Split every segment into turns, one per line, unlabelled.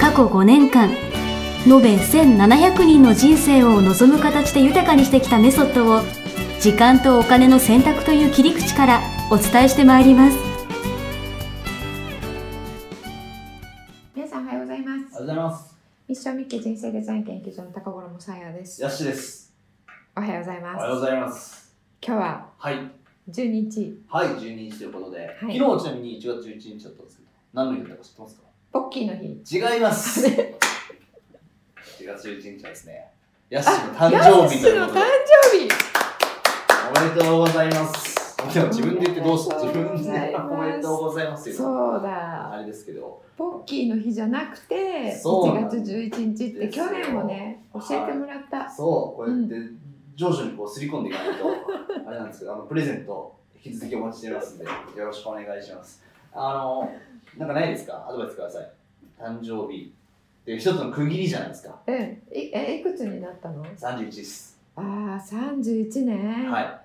過去5年間延べ1700人の人生を望む形で豊かにしてきたメソッドを時間とお金の選択という切り口からお伝えしてまいります
皆さんおはようございま
おは
す。
ようございます。
ミッションミッキー人生デザイン研究所の高頃もさやです。
ヤッシーです。
おはようござい
お
ます。
はようございます。
今日は
はい。
12日、
はい、12日ということで、昨日ちなみに1月11日だったんですけど、何の日だったか知ってます
ポッキーの日。
か違います。1月11日はですね、ヤッシーの誕生日という
の
こと
誕
で、
生日。
おめでとうございます。いや、自分で言ってどうした自分で
おめでとうご
お
ざいます
めでとうござ
そう
いますよ。あ
だ。
れですけど、
ポッキーの日じゃなくて、
そう
1月11日って
ですよ
去年もね、教えてもらった。
そう、こうやって徐々にこうすり込んでいかないと、 あれなんですけど、あのプレゼント、引き続きお待ちしてますんで、よろしくお願いします。あの、なんかないですかアドバイスください。誕生日。で、一つの区切りじゃないですか。
うん。いえ、いくつになったの
31です。
ああ、31年、
はい。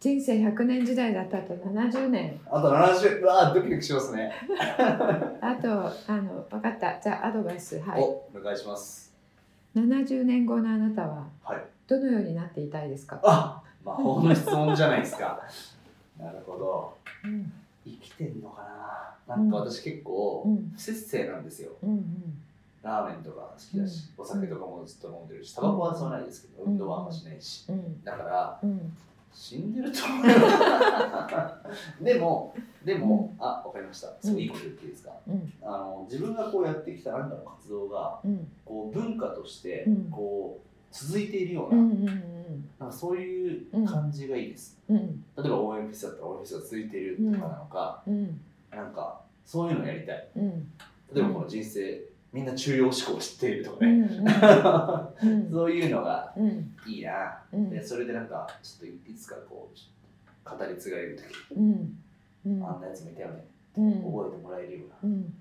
人生100年時代だったと70年。
あと70、うわードキドキしますね。
あと、あの、わかった。じゃあアドバイス。はい。
お、お願いします。
70年後のあなたは、
はい。
どのようになっていたいですか
あ魔法の質問じゃないですか。 なるほど。
うん
生きてんのかななんか私結
う
構、
ん
不節制なんですよ。
うんうん
ラーメンとか好きだし、お酒とかもずっと飲んでるし、タバコは吸わないですけど、
うん
運動はあんましないし、
うん
だから、
うん
死んでると思 う。でも、でも、あ、わかりました。そう
うん
いいこと言っていいですか、
うん
あの自分がこうやってきた何かの活動が、
うん
こう文化として
うん、
こう、続いているよう
う
な、
んうん
なんかそういう感じがいいです。
うん
例えば、応援フェスだったら応援フェスが続いているとかなのか、
うん
なんか、そういうのをやりたい。
うん
例えば、この人生、みんな中央思考を知っているとか
う
ね。
んうん
そういうのが
うん
いいな。
うん
でそれでなんかちょっといつかこう語り継がれる時
うんうん
あんなやつもいたよね
うん
覚えてもらえるような
うん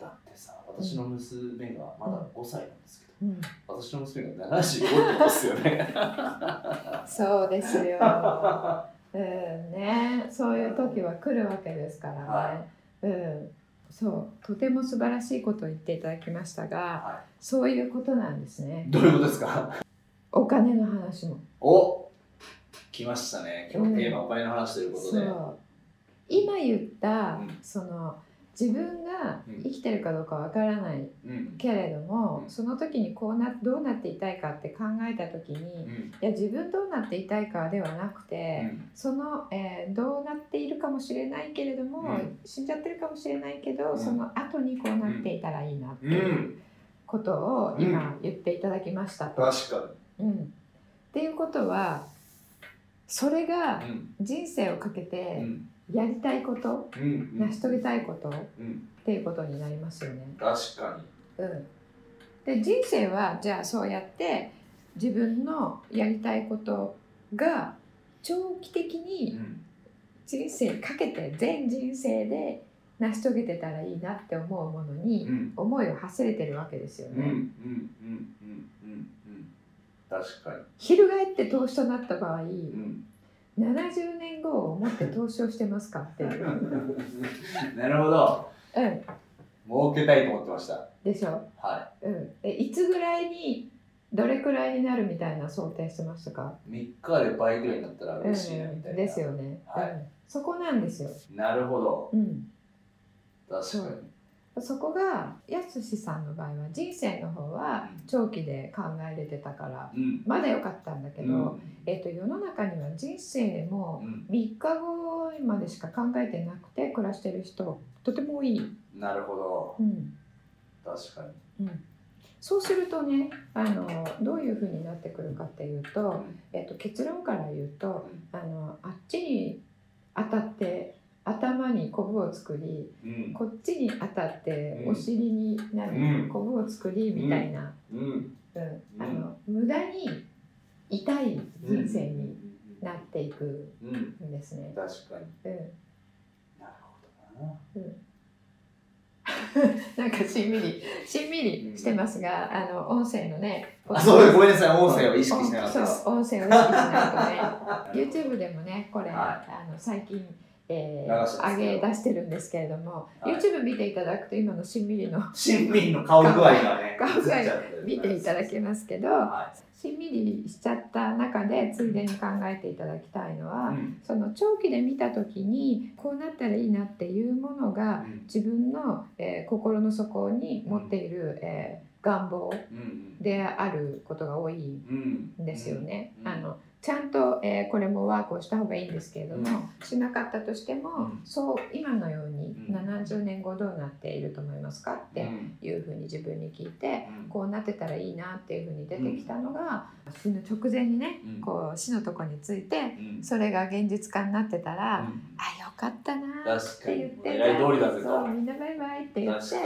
だってさ私の娘がまだ5歳なんですけ
うん
ど私の娘が75ってことですよ ね
そうですようんねそういう時は来るわけですからね、
は
うんそうとても素晴らしいことを言っていただきましたが、
は
そういうことなんですね
どういうことですか
お金の話も
お来ましたね今日テーマお金の話ということで、
そう今言った、
うん
その自分が生きてるかどうかわからない
うん
けれども、
うん
その時にこうなどうなっていたいかって考えた時に、
う
い
ん
や自分どうなっていたいかではなく
う
て、
ん
その、えーどうなっているかもしれないけれども、
うん
死んじゃってるかもしれないけど、
うん
その後にこうなっていたらいいなって
う
いうんことを今言っていただきましたと。
確か
うんっていうことはそれが
にうん
人生をかけ
う
て
ん
やりたいこと、
うんうん
成し遂げたいことっ
うん
ていうことになりますよね。
確か
うん、で人生はじゃあそうやって自分のやりたいことが長期的に
に、うん、
人生かけて全人生で成し遂げてたらいいなって思うもの
うん
に
うん
思いを馳せれてるわけですよ
うんうんうん
ね。
うんうん確か
翻って投資となった場合
にうん
70年後を思って投資をしてますかっていう。
なるほど。
うん、
儲けたいと思ってました。
でしょ、
は
うん、えいつぐらいにどれくらいになるみたいな想定してましたか
い。3日で倍ぐらいになったら嬉しいなみたいな。
ですよね、
はい
うんそこなんですよ、
なるほど。
うん、
確かに。
そこがやすしさんの場合は人生の方は
うん
長期で考えれてたから
うん。
まだ良かったんだけど、
うん
えっと世の中には人生も
うん
3日後までしか考えてなくて暮らしてる人とても多い、
なるほど。
うん
確かに。
うん、そうするとねあのどういうふうになってくるかっていう
う
と,、
ん
えっと結論から言うとあのあっちに当たって頭にこぶブを作り
うん
こっちに当たって
うん
お尻にな
うん
るコブを作りみたいな、
うん
うん
うん
あの無駄に痛い人生になっていく
うん
んですね。
確か
う
に
ん
なるほどな
なんかしんみり、しんみりしてますが、あの音声のね、
あそうですごめんなさい音声を意識しなかったです
そう、音声を意識しないとね、YouTube でもね、これ、
は
あの最近、え
流してま
ー、
すけど
上げ出してるんですけれども、
はい
YouTube 見ていただくと、今のしんみりの
新民の顔具合がね
顔具合
映っちゃってる
見ていただけますけど、
は
しんみりしちゃった中で、ついでに考えていただきたいの
い
は、
うん
その長期で見たときに、こうなったらいいなっていうものが、自分の、えー心の底に持っている、えー願望
うん
であることが多いん
うんうん
ですよね。
うんうん
あのちゃんと、えーこれもワークをした方がいいんですけれども、しなかったとしても、
うん
そう今のように
うん
70年後どうなっていると思いますかっ
う
て
ん
いうふうに自分に聞いて
うん
こうなってたらいいなっていうふうに出てきたのが、死ぬ直前にね
うん
こう死のとこについて
うん
それが現実化になってたら、
うん
あよかったなーっ
確か
て
に
言って
狙い通りだぜと
そうみんなバイバイって言っ
確か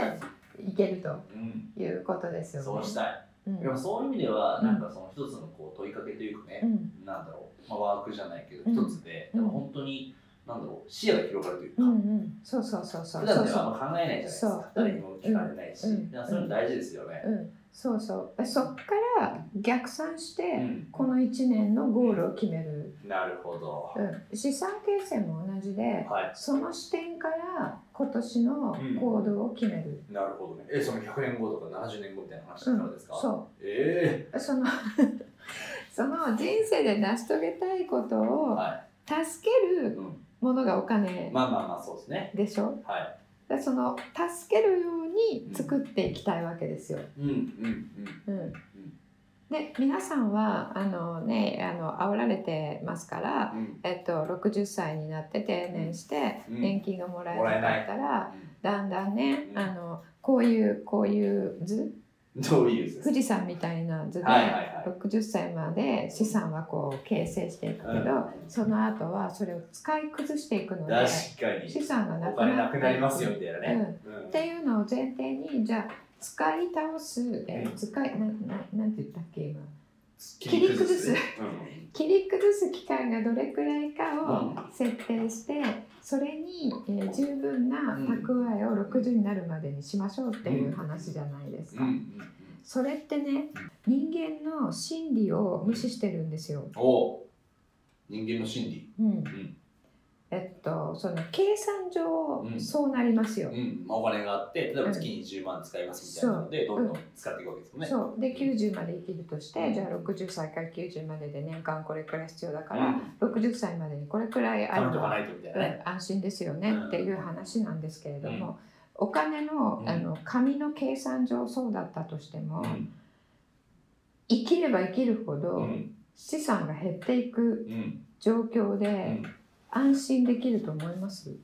に
ていけると
うん
いうことですよね。
そうしたい
うん
でもそういう意味では、
うん
なんかその一つのこう問いかけというか
う
ね、
ん
なんだろう、まあ、ワークじゃないけど、
うん
一つで、
うん
でも本当に、なんだろう、視野が広がるというか、
うんうん、そうそうそうそう
普
そ
段
う
で
そ
はあん
う、
ま考えないじゃないです
そう
か、誰にも聞かれないし、
うん
だからそういうの大事ですよね。
うん、そうそうそっから逆算して、
うん
この1年のゴールを決める、
なるほど。
うん、資産形成も同じで
は
その視点から今年の行動を決める、
い、なるほどね。え、その100年後とか70年後みたいな話
う
だ
ん
からですか、
そ
え
うその その人生で成し遂げたいこと
え
を
は
助け
い、
る
うん。
ものがお金
まあまあまあ、そうですね。
でしょ
はい。
だからその助けるように作っていきたいわけですよ。
うん、うん、
うんで皆さんはあの、ね、あの煽られてますから、
うん。うん
えっと、60歳になって定年して
うん
年金がもらえなかったら、だんだんね、
うん
あのこういうこういう図
うんそういいです
富士山みたいな図で、
はいはいはい
60歳まで資産はこう形成していくけど、
うん
その後はそれを使い崩していくので
確
資
か
産が
に。
な
お
く
金
なっ
な
て
く
いく
なりますよ、みたいなね。うん
っていうのを前提にじゃあ使い倒す、えー使いなななんて言ったっけ今切り崩す
うん
切り崩す期間がどれくらいかを
う
設定して、それに、えー十分な蓄えを60になるまでにしましょうっていう話じゃないですか。
うんうん
それってね人間の心理を無視してるんですよ。
おお人間の心理
うん
ん
えっとその計算
う
上
ん
そうなりますよ。
うんまあお金があって例えば月に10万使いますみたいなのでどんどん使っていくわけですもんね
そうで90まで生きるとして、
うん
じゃあ60歳から90までで年間これくらい必要だか
う
ら、
ん
60歳までにこれくらいあ
貯
る
めと
の
か
は
ないとみたいなね
安心ですよね
うん
っていう話なんですけれども、お金の,、
うん
あの紙の計算上そうだったとしても、
うん
生きれば生きるほ
う
ど
ん
資産が減っていく
うん
状況
う
で
ん
安心できると思います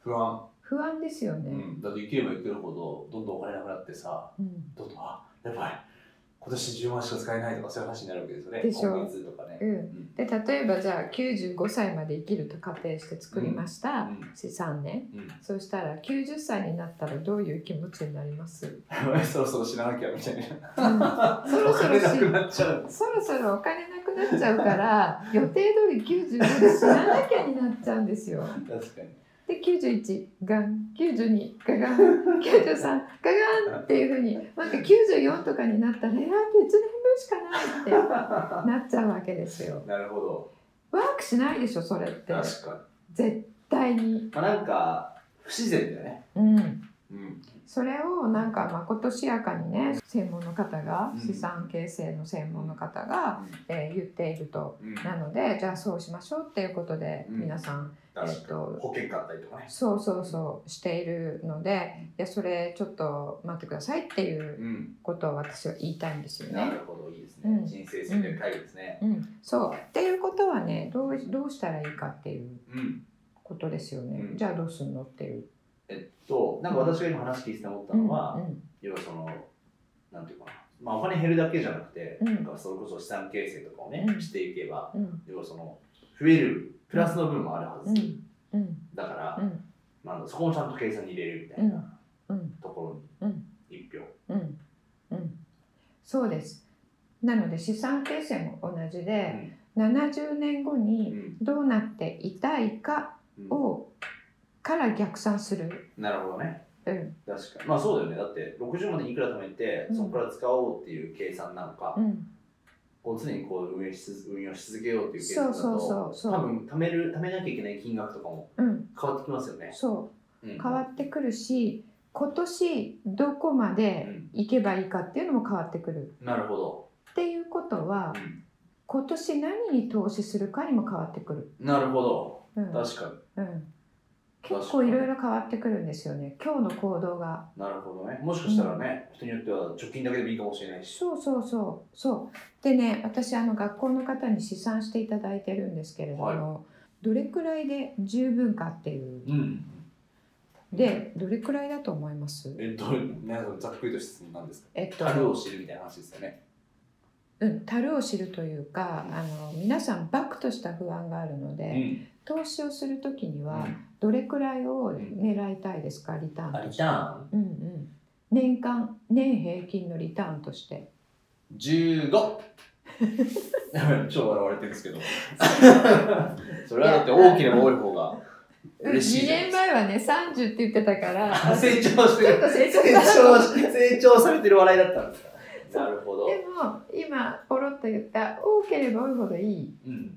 不安
不安ですよ
う
ね、
んだって生きれば生きるほどどんどんお金なくなってさ
うん
どんどんあやばい今年10万しか使えないとかそういう話になるわけですよね
でしょ
今月とかね
うん
うん
で例えばじゃあ95歳まで生きると仮定して作りました、
うん
資産ね
うん
そうしたら90歳になったらどういう気持ちになります
そろそろ死ななきゃみたいな
うんそろ
お
そろ
金
死
なくなっちゃう
そろそろお金なくなっちゃう から予定通り95で死ななきゃになっちゃうんですよ。
確かに
で91ガン92ガガン93ガガンっていうふうになんか94とかになったら「いや別年分しかない」ってなっちゃうわけですよ。
なるほど
ワークしないでしょそれって
確かに
絶対に。
まあなんか不自然だよね
うん
うん
それをなんかまことしやかにね専門の方が資産形成の専門の方が、えー言っていると
うん
なのでじゃあそうしましょうっていうことで
うん
皆さん、え
確か
っ
に
と、
保険買ったりとかね。
そうそうそうしているのでいやそれちょっと待ってくださいっていう
うん。
ことを私は言いたいんですよ
な
ね
る。ほど、いいです
うん
ね。人生戦略会議ですね。
うん、そうっていうことはねどうどうしたらいいかっていう
うん。
ことですよね、
うん
じゃあどうすんのっていう。
えっと、なんか私が今話聞いてて思ったのは、
うん
要はその、なんていうかな。まあお金減るだけじゃなくて、
うん
なんかそれこそ資産形成とかをね
う、ん
していけば、
うん
要はその、増える、プラスの分もあるは
う
ず。
んうん
だか
う
ら、
ん
なんだろのそこもちゃんと計算に入れるみたいな
うん
とこ
う
ろ
ん
に一票、
うんうんそうですなので資産形成も同じで、70年後
う
に
ん
どうなっていたいか
うん
をから逆算する、
なるほどね
うん
確かにまあそうだよねだって60までいくら貯めて
うん
そこから使おうっていう計算なのか、
うん、
こう常にこう運営し続運用し続けようっていう計算だと
そうそうそうそう
多分貯める貯めなきゃいけない金額とかも
うん、
変わってきますよね、
そう
うん、
変わってくるし今年どこまで行けばいいかっていうのも変わってくる
なるほど、
っていうことは
うん
今年何に投資するかにも変わってくる、
なるほど
うん
確か
うん、結構いろいろ変わってくるんですよね今日の行動が
になるほどねもしかしたらね、人によっては貯金だけでもいいかもしれないし
そうそうそうそうでね私あの学校の方に試算していただいてるんですけれども、
はい
どれくらいで十分かっていう
うん
でどれくらいだと思います
えっと、なんかざっくりと質問なんですか
えっと
樽を知るみたいな話ですよね。
うん、樽を知るというかあの皆さんバクとした不安があるので、
ん。
投資をする時には
うん
どれくらいを狙いたいですかリターン
あ、
と
リ
して、
ターン
うんうん、年間年平均のリターンとして
15! 超笑われてるんですけど。それはだって大きれば多い方が嬉し
2
いじゃな
年
いですか。
前はね30って言ってたから
あ成長してる。
ちょっと成長
成長し成長されてる笑いだったんですか。なるほど。
でも今ポロッと言った多ければ多いほどいい
うん。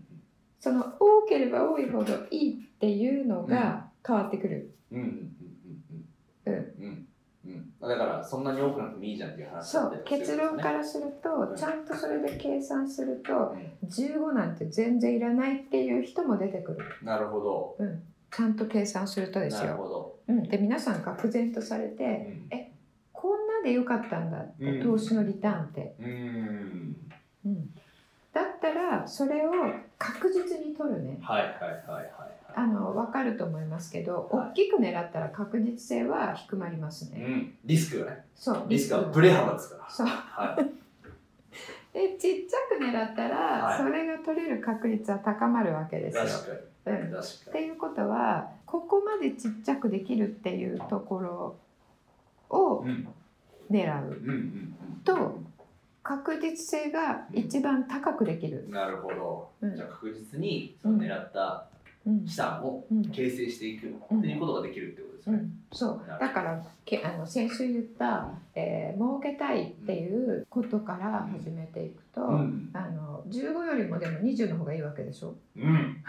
その多ければ多いほどいいっていうのが変わってくる、
うん。うん。うん。うん。うん。うん。だから、そんなに多くなくてもいいじゃんっていう話
そ
だった
う
りもす
結
るんですよ
論
ね
からするとちゃんとそれで計算すると
う
15なんて全然いらないっていう人も出てくる
んなるほど。
ちゃんと計算するとです
なる
よ
ほど。
うん、で皆さん愕然とされ
う
て
ん
こんなでよかったんだって、
うん
投資のリターンって、
うん。
うん、だったらそれを確実に取るね
はいはいはいはい
あの分かると思いますけど、
はい
大きく狙ったら確実性は低まります
はい。
ね、
うん。リスクよね。
そう
リスクはブレ幅ですから。
そう
はい。
でちっちゃく狙ったら、
はい
それが取れる確率は高まるわけですよ
確か
う
に。
ん、っ
確か
て
に。
いうことはここまでちっちゃくできるっていうところを
うん。
狙う
うんうんうん。
と確実性が一番高くできる、
なるほど。
うん
じゃあ確実にその狙った
うん
資産を
うん
形成していく
うん
っていうことができるってことです
う
ね。
ん、そう
なるほど
だからけあの先週言った、えー儲けたいっていうことから始めていくと、
うん。
あの15よりもでも20の方がいいわけでしょ
うん。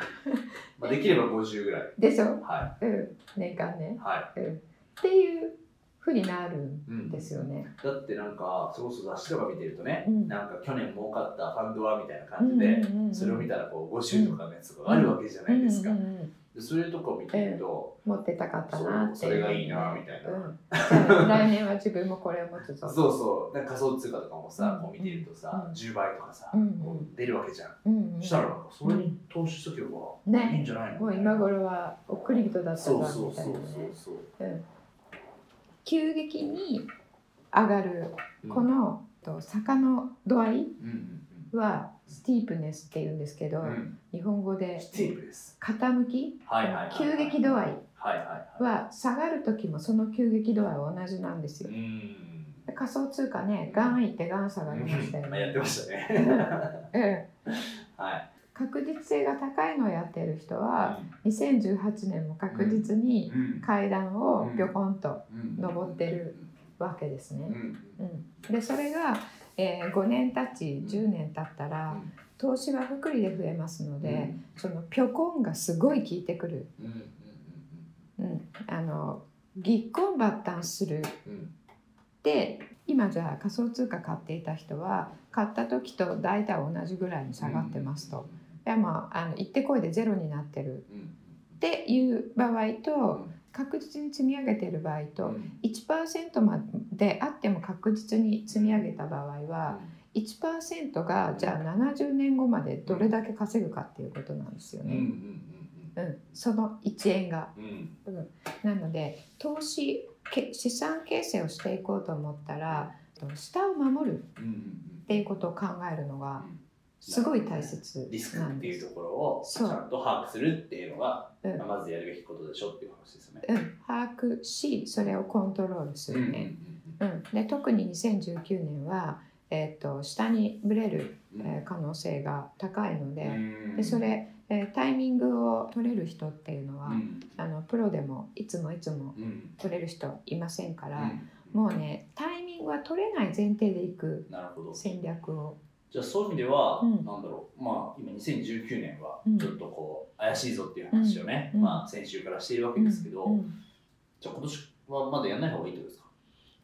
まあできれば50ぐらい。
でしょ、
は
うん、年間ね
い。、は
うん、っていうふうになるん
い。うん。
ですよね。
だってなんか、それこそ雑誌とか見てるとね
う、ん
なんか去年儲かったファンドはみたいな
うん
感
う
じ
ん
で、
うんうん
それを見たらこう50とかのやつとかあるわけじゃないですか
うん。うんうん
でそれとかを見てると、
持ってたかったなっていう
そうそれがいいなみたいな
うん、じゃあ来年は自分もこれを持つぞ
そうそうなんか仮想通貨とかもさ、
うん
こう見てるとさ、
うん
10倍とかさ、
うん
こう出るわけじゃん、
うんうん
したらなんかそれに投資しとけば
ね
いいんじゃないの、
もう今頃は送り人だった
そ
ん
う
だ
そう
み
そ
た
う
いな
そう
ね
そう、
急激に上がる
うん、
このと坂の度合い
うん
はスティープネスって言うんですけど、
うんうんうん
日本語で
スティーブです
傾き
はいはいはい、はい、
急激度合い
はいはいはい
は下がる時もその急激度合いは同じなんです
う
よ
ーん
仮想通貨ねガンいってガン下がりましたよ
まあ やっ
ね
て、ましたね
うん、
はい
確実性が高いのをやってる人は2018年も確実に
うん
階段をビョコンと
うん
登ってるわけですね、
うんうん
うん、でそれが、えー、5年経ち10年経った
う
ら
ん
投資は福利で増えますので、
うん
そのピョコンがすごい効いてくる、
うんうん
うん、あのぎっこんばったんする
うんうん
で今じゃあ仮想通貨買っていた人は買った時と大体同じぐらいに下がってますと。いやまあ、あの行ってこいでゼロになってる
うん
っていう場合
う
と
ん
確実に積み上げてる場合
う
と
ん
1%まであっても確実に積み上げた場合は1%がじゃあ70年後までどれだけ稼ぐかっていうことなんですよ
うんうん
ね。うん、その1円が
うんうんうん
なので投資け資産形成をしていこうと思ったら下を守る
うんうんうん
っていうことを考えるのがすごい大切
リスクっていうところをち
そう
ゃんと把握するっていうのが、
うん
まあまずやるべきことでしょっていう話ですよね。
うん、把握しそれをコントロールするね、うんで特に2019年は、えー、と下にぶれる、
うんうん
えー可能性が高いの
う
で,、
ん
でそれ、えータイミングを取れる人っていうのは、
うん
あのプロでもいつもいつも
うん
取れる人いませんか
う
ら、
ん
もうねタイミングは取れない前提でいく
なるほど
戦略を
じゃあそういう意味では、
うん
なんだろうまあ今2019年は
うん
ちょっとこう怪しいぞっていう話をね、
うん
まあ先週からしているわけですけど、
うんうん
じゃあ今年はまだやらない方がいいってことですか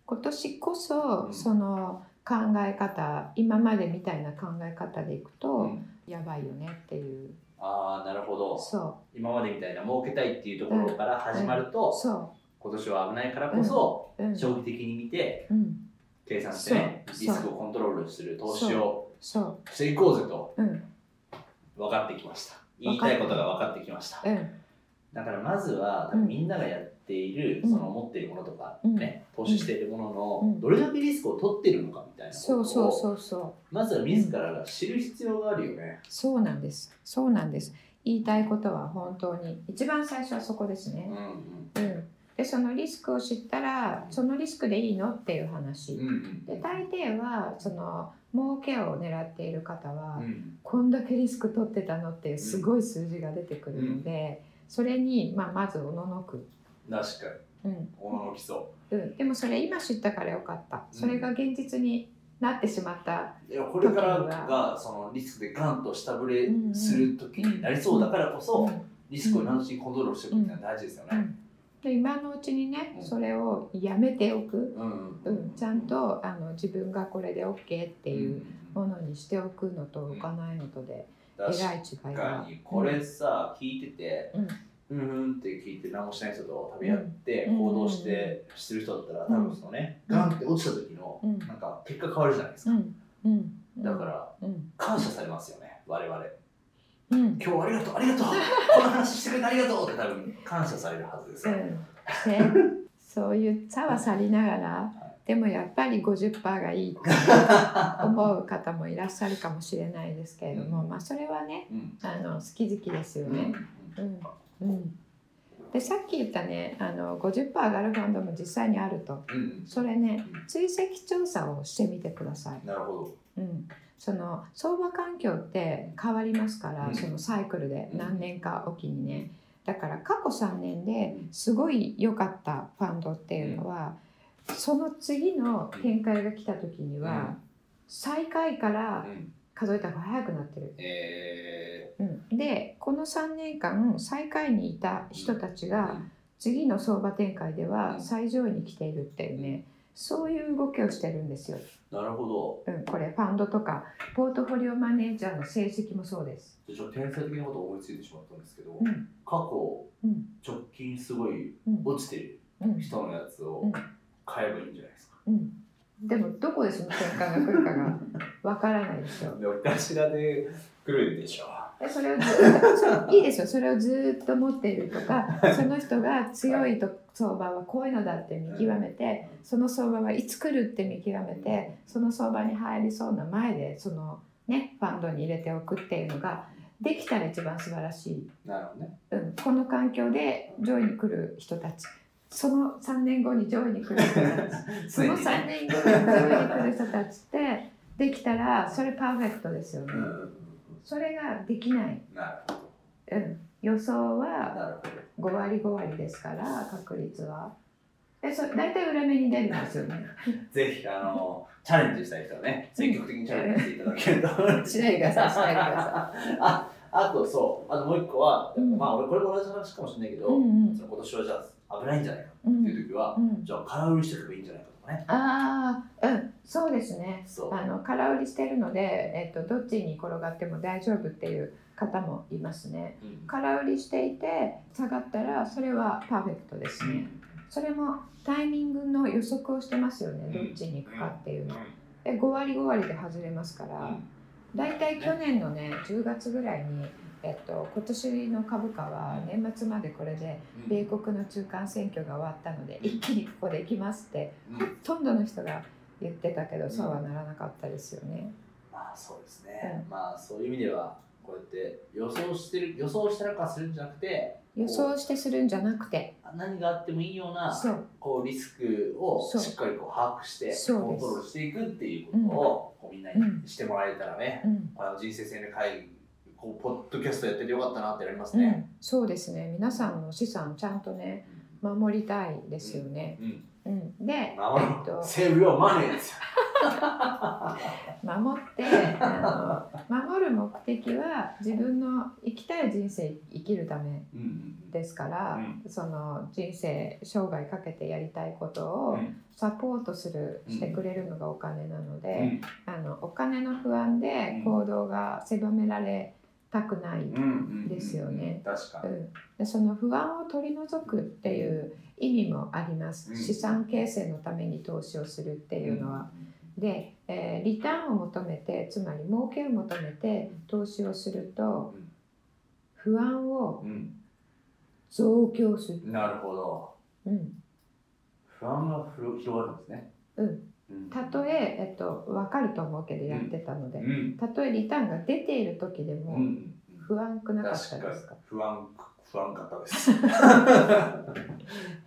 今年こそ、
うん
その考え方今までみたいな考え方でいくと、
うん
やばいよねっていう
ああなるほど
そう
今までみたいな儲けたいっていうところから始まると、
そ
今年は危ないからこそ、
う、うん、
長期的に見て
うん、
計算してね
そう
リスクをコントロールする投資を
そ
していこうぜと
う、うん、
分かってきました言いたいことが分かってきました
うん、
だからまずは多分みんながやっている、
うん
その持っているものとか、
うん
ね投資しているもの
う
の
ん
どれだけリスクを取ってるのかみたいなこと
そ
を
うそうそうそう、
まずは自らが知る必要があるよね。
そうなんです、そうなんです。言いたいことは本当に一番最初はそこです
うん
ね。
うん
うん、でそのリスクを知ったらそのリスクでいいのっていう話。
うんうん
で大抵はその儲けを狙っている方は、
うん
こんだけリスク取ってたのっていうすごい数字が出てくるので、それにまあまずおののく。
確かに
うん
おののきそ
うん、でもそれ今知ったからよかったそれが現実になってしまった、
ういやこれからがそのリスクでガンと下振れ
うんうん
する時になりそうだからこそ、リスクを何としにコントロールしていくっていうのは大事ですよ
う
ね。
んで今のうちにね
うん
それをやめておく、
うんうんう
うんん、ちゃんとあの自分がこれで OK って
うん
いう
うん
ものにしておくのと置かないのとでえ
確
らい違い
か
が
にこれさ、聞いてて、
うん
うん、うんって聞いて何もしない人と旅やって
うん
行動してしてる人だったら、
うん
多分そのね、
うん
ガンって落ちた時の、
うん
なんか結果変わるじゃないです
う
か、
んうんうん
だから
うん
感謝されますよね我々
うんうん
今日はありがとうありがとうこの話してくれてありがとうって多分感謝されるはずですよ、
ね そういう差は去りながらでもやっぱり50%がいいって思う方もいらっしゃるかもしれないですけれども、
うん
まあそれはね
うん
あの好き好きですよ
うん
ね。うんうん、でさっき言ったねあの50%上がるファンドも実際にあると
うん
それね追跡調査をしてみてください。
なるほど
うん、その相場環境って変わりますから、
うん
そのサイクルで
うん
何年かおきにね。だから過去3年ですごい良かったファンドっていうのは、その次の展開が来た時に
う
は、最下位か
う
ら
ん
数えた方が早くなってる。
え
うん、でこの3年間最下位にいた人たちが次の相場展開では最上位に来ているっていうねそういう動きをしてるんですよ、
ー、なるほど
うん、これファンドとかポートフォリオマネージャーの成績もそうです、
じゃあちょっと天才的なことを思いついてしまったんですけど、
うん
過去、
うん
直近すごい
うん
落ちてる
うん
人のやつ
う
を
ん
買えばいいんじゃないですか。
うん、でもどこでその展開が来るかがわからないですよ
でも頭で来るんでしょ
でそれをずっといいですよそれをずっと持っているとかその人が強いと相場はこういうのだって見極めてその相場はいつ来るって見極めてその相場に入りそうな前でそのねファンドに入れておくっていうのができたら一番素晴らしい、
う。なるほどね。
うん、この環境で上位に来る人たちその3年後に上位に来る人たち その3年後に上位に来る人たちってできたらそれパーフェクトですよね
うんうんうん
それができない
うん。なるほど。
うん、予想は
なるほ
5割5割ですから確率はでそ大体裏目に出るんですよね
ど。ぜひあのチャレンジしたい人はね、積極的にチャレンジしていただけると。
しないでくださいしないでくださ
あ、あとそう、あともう一個は、
うん
まあ俺これも同じ話かもしれないけど、
うんうん
その今年はじゃあ危ないんじゃないか
う
っ
ん
ていう時は、
うん、
じゃあ空売りしておけばいいんじゃないかとかね。
ああうんそうですね
そう。
あの空売りしてるので、えっと、どっちに転がっても大丈夫っていう方もいますね
うん
空売りしていて下がったらそれはパーフェクトですねそれもタイミングの予測をしてますよねどっちに行くかっていうので5割5割で外れますから、大体去年のね10月ぐらいに、えっと、今年の株価は年末までこれで米国の中間選挙が終わったので一気にここで行きますって
うん
ほとんどの人が言ってたけどそうはならなかったですよね。
ままあそうですね、まあそういう意味ではこうやって予想してる予想したらかするんじゃなくて
予想してするんじゃなくて
何があってもいいような
そう
こうリスクを
そう
しっかりこう把握して
そうです
コントロールしていくっていうことをこうみんなにしてもらえたらね、
うん
あの人生戦略会議こうポッドキャストやっててよかったなってなります
う
ね。
ん、そうですね皆さんの資産ちゃんとね守りたいですよね、
うん、
うん、で
守
えっと
る、セーブよマネーですよ。
守 ってあの守る目的は自分の生きたい人生生きるため
うんうん
ですから、
う
その人生生涯かけてやりたいこと
うん
を
うん
サポートする
うん
してくれるのがお金なの
う
で、
ん
あのお金の不安で行動が狭められたくない、
うんうん
ですよね。
確か
う
に。
ん、でその不安を取り除くっていう意味もあります、
うん
資産形成のために投資をするっていうのは。で、えーリターンを求めてつまり儲けを求めて投資をすると
うん
不安を
うん、
増強する、
なるほど。
うん、
不安がふろ広がるんですね。
うん
うん。
たとえ、えっと、分かると思うけどやってたので、
うん。
たとえリターンが出ている時で
う
も
ん。
不安くなかった
確か
で
に
すか、
不安不安かったです。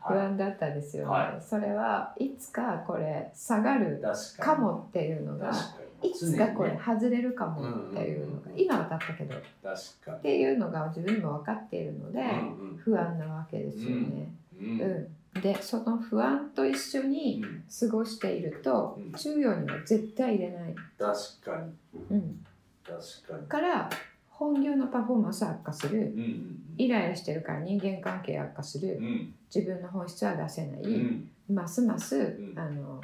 不
は
安だったですよね、
は
それはいつかこれ下が
い。
る
確
か
かに。
もっていうのが
確かに。
いつかこ
常に
れ
ね
外れるかもっていうのが
うんうん
今はだったけどっ
確か
ていうのが自分にも分かっているので
に。うん
不安なわけですよね。
うん。うん。
うん、でその不安と一緒に
うん
過ごしていると
うん
中央には絶対入れない、
確かに。
うん、
確かに。
から本業のパフォーマンス悪化する
うんうん
イライラしてるから人間関係悪化す
う
る
ん。
自分の本質は出せない、
うん。うん。
ますます、
うん
あの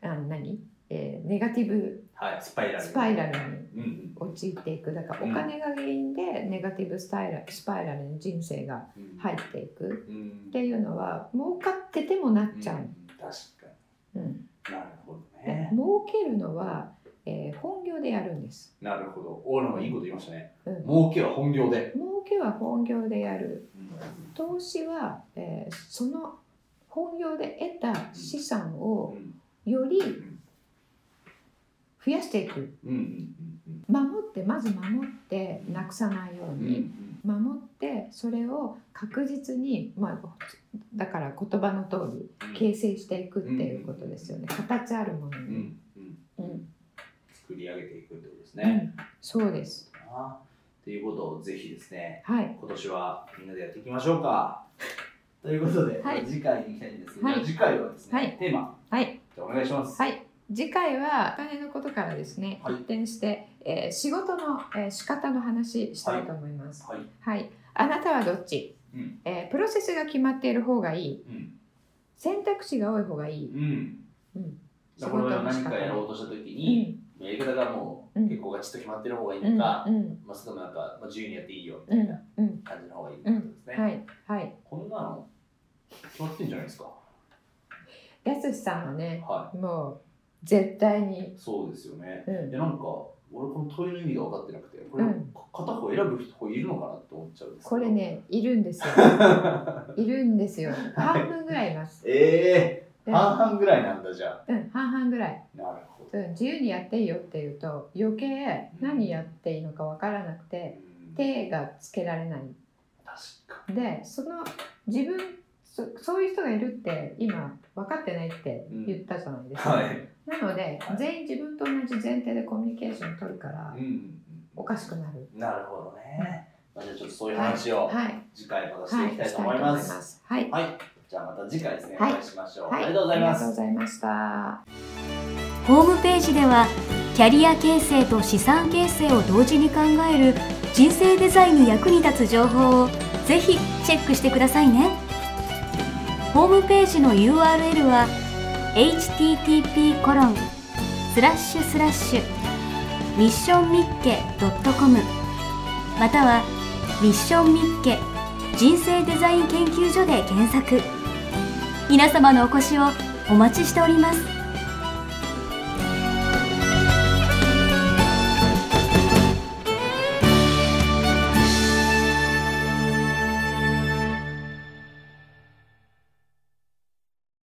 あの何、えーネガティブ
はい。スパイラル。
スパイラルに
ル。うん
陥っていくだから
う
お
ん
金が原因でネガティブスタイラスパイラルに人生が
うん。
入
い。
っていく
うん。
っていうのは儲かっててもなっちゃう。
ん確か
うん
に。なるほど
ね
ね。
儲けるのは、えー本業でやるんです。
なるほど。オーナーもいいこと言いましたね。
うん
儲けは本業で。
儲けは本業でやる。
う
投資は、えーその本業で得た資産
ん。う
を
ん。
より増やしていく。
うん。うん。うん。
守ってまず守ってなくさないよう
うん
に。守ってそれを確実に、まあ、だから言葉の通り形成していくっていうことですよね形あるもの
う
に、
んうん
うん
作り上げていくってことですね。
そうです
あーということをぜひですね
はい
今年はみんなでやっていきましょうか。ということで、
はい
次回に行きたいんですが、
はい
次回はですね、
はい
テーマ
はい
じゃあお願いします。
はい、次回はお金のことからですね、
はい
一転して、えー仕事の、えー仕方の話したいと思います。
はい
はい、あなたはどっち、
うん
えープロセスが決まっている方がいい、
うん
選択肢が多い方がいい。
うん
うん
じゃあこれは何かやろうとしたときに、やり方がもう
うん
結構ガチッと決まってる方がいい
うん、うん、
のか、
うん、
まあ、それともなんか、まあ、自由にやっていいよ
う
みたい
ん
な、
うん、
感じの方がいいってことですね。
はい、はい。
こんなの決まってんじゃないですか。
やすしさんはね、
は
もう絶対に、
い、そうですよね。
う
い
ん、
やなんか俺この問いの意味が分かってなくてこれ、
うん
か片方選ぶ人いるのかなって思っちゃうんですけど
これね、いるんです よ。いるんですよ。半分ぐらいい ます。
ええ
うん
半々ぐらいなんだじゃあ
うん、半々ぐらい。
なるほど、
うん自由にやっていいよって言うと余計何やっていいのか分からなく
う
て
ん
手がつけられない
確か
でその自分そそういう人がいるって今分かってないって言ったじゃないですか、
はい、
なので全員自分と同じ前提でコミュニケーション取るから
うん、
おかしくなる
なるほどね、まあ、じゃあちょっとそういう話を
はい
次回またして
はいい
きたいと思います,、はい
すはい、
じゃあまた次回ですね、
はい
お会いしましょう、
はい、
ありがとうござい
あり
ま
がとう
す
ございました
ホームページではキャリア形成と資産形成を同時に考える人生デザインに役に立つ情報をぜひチェックしてくださいねホームページの URL は http コロンスラッシュスラッシュミッションミッケ .com またはミッションミッケ人生デザイン研究所で検索皆様のお越しをお待ちしております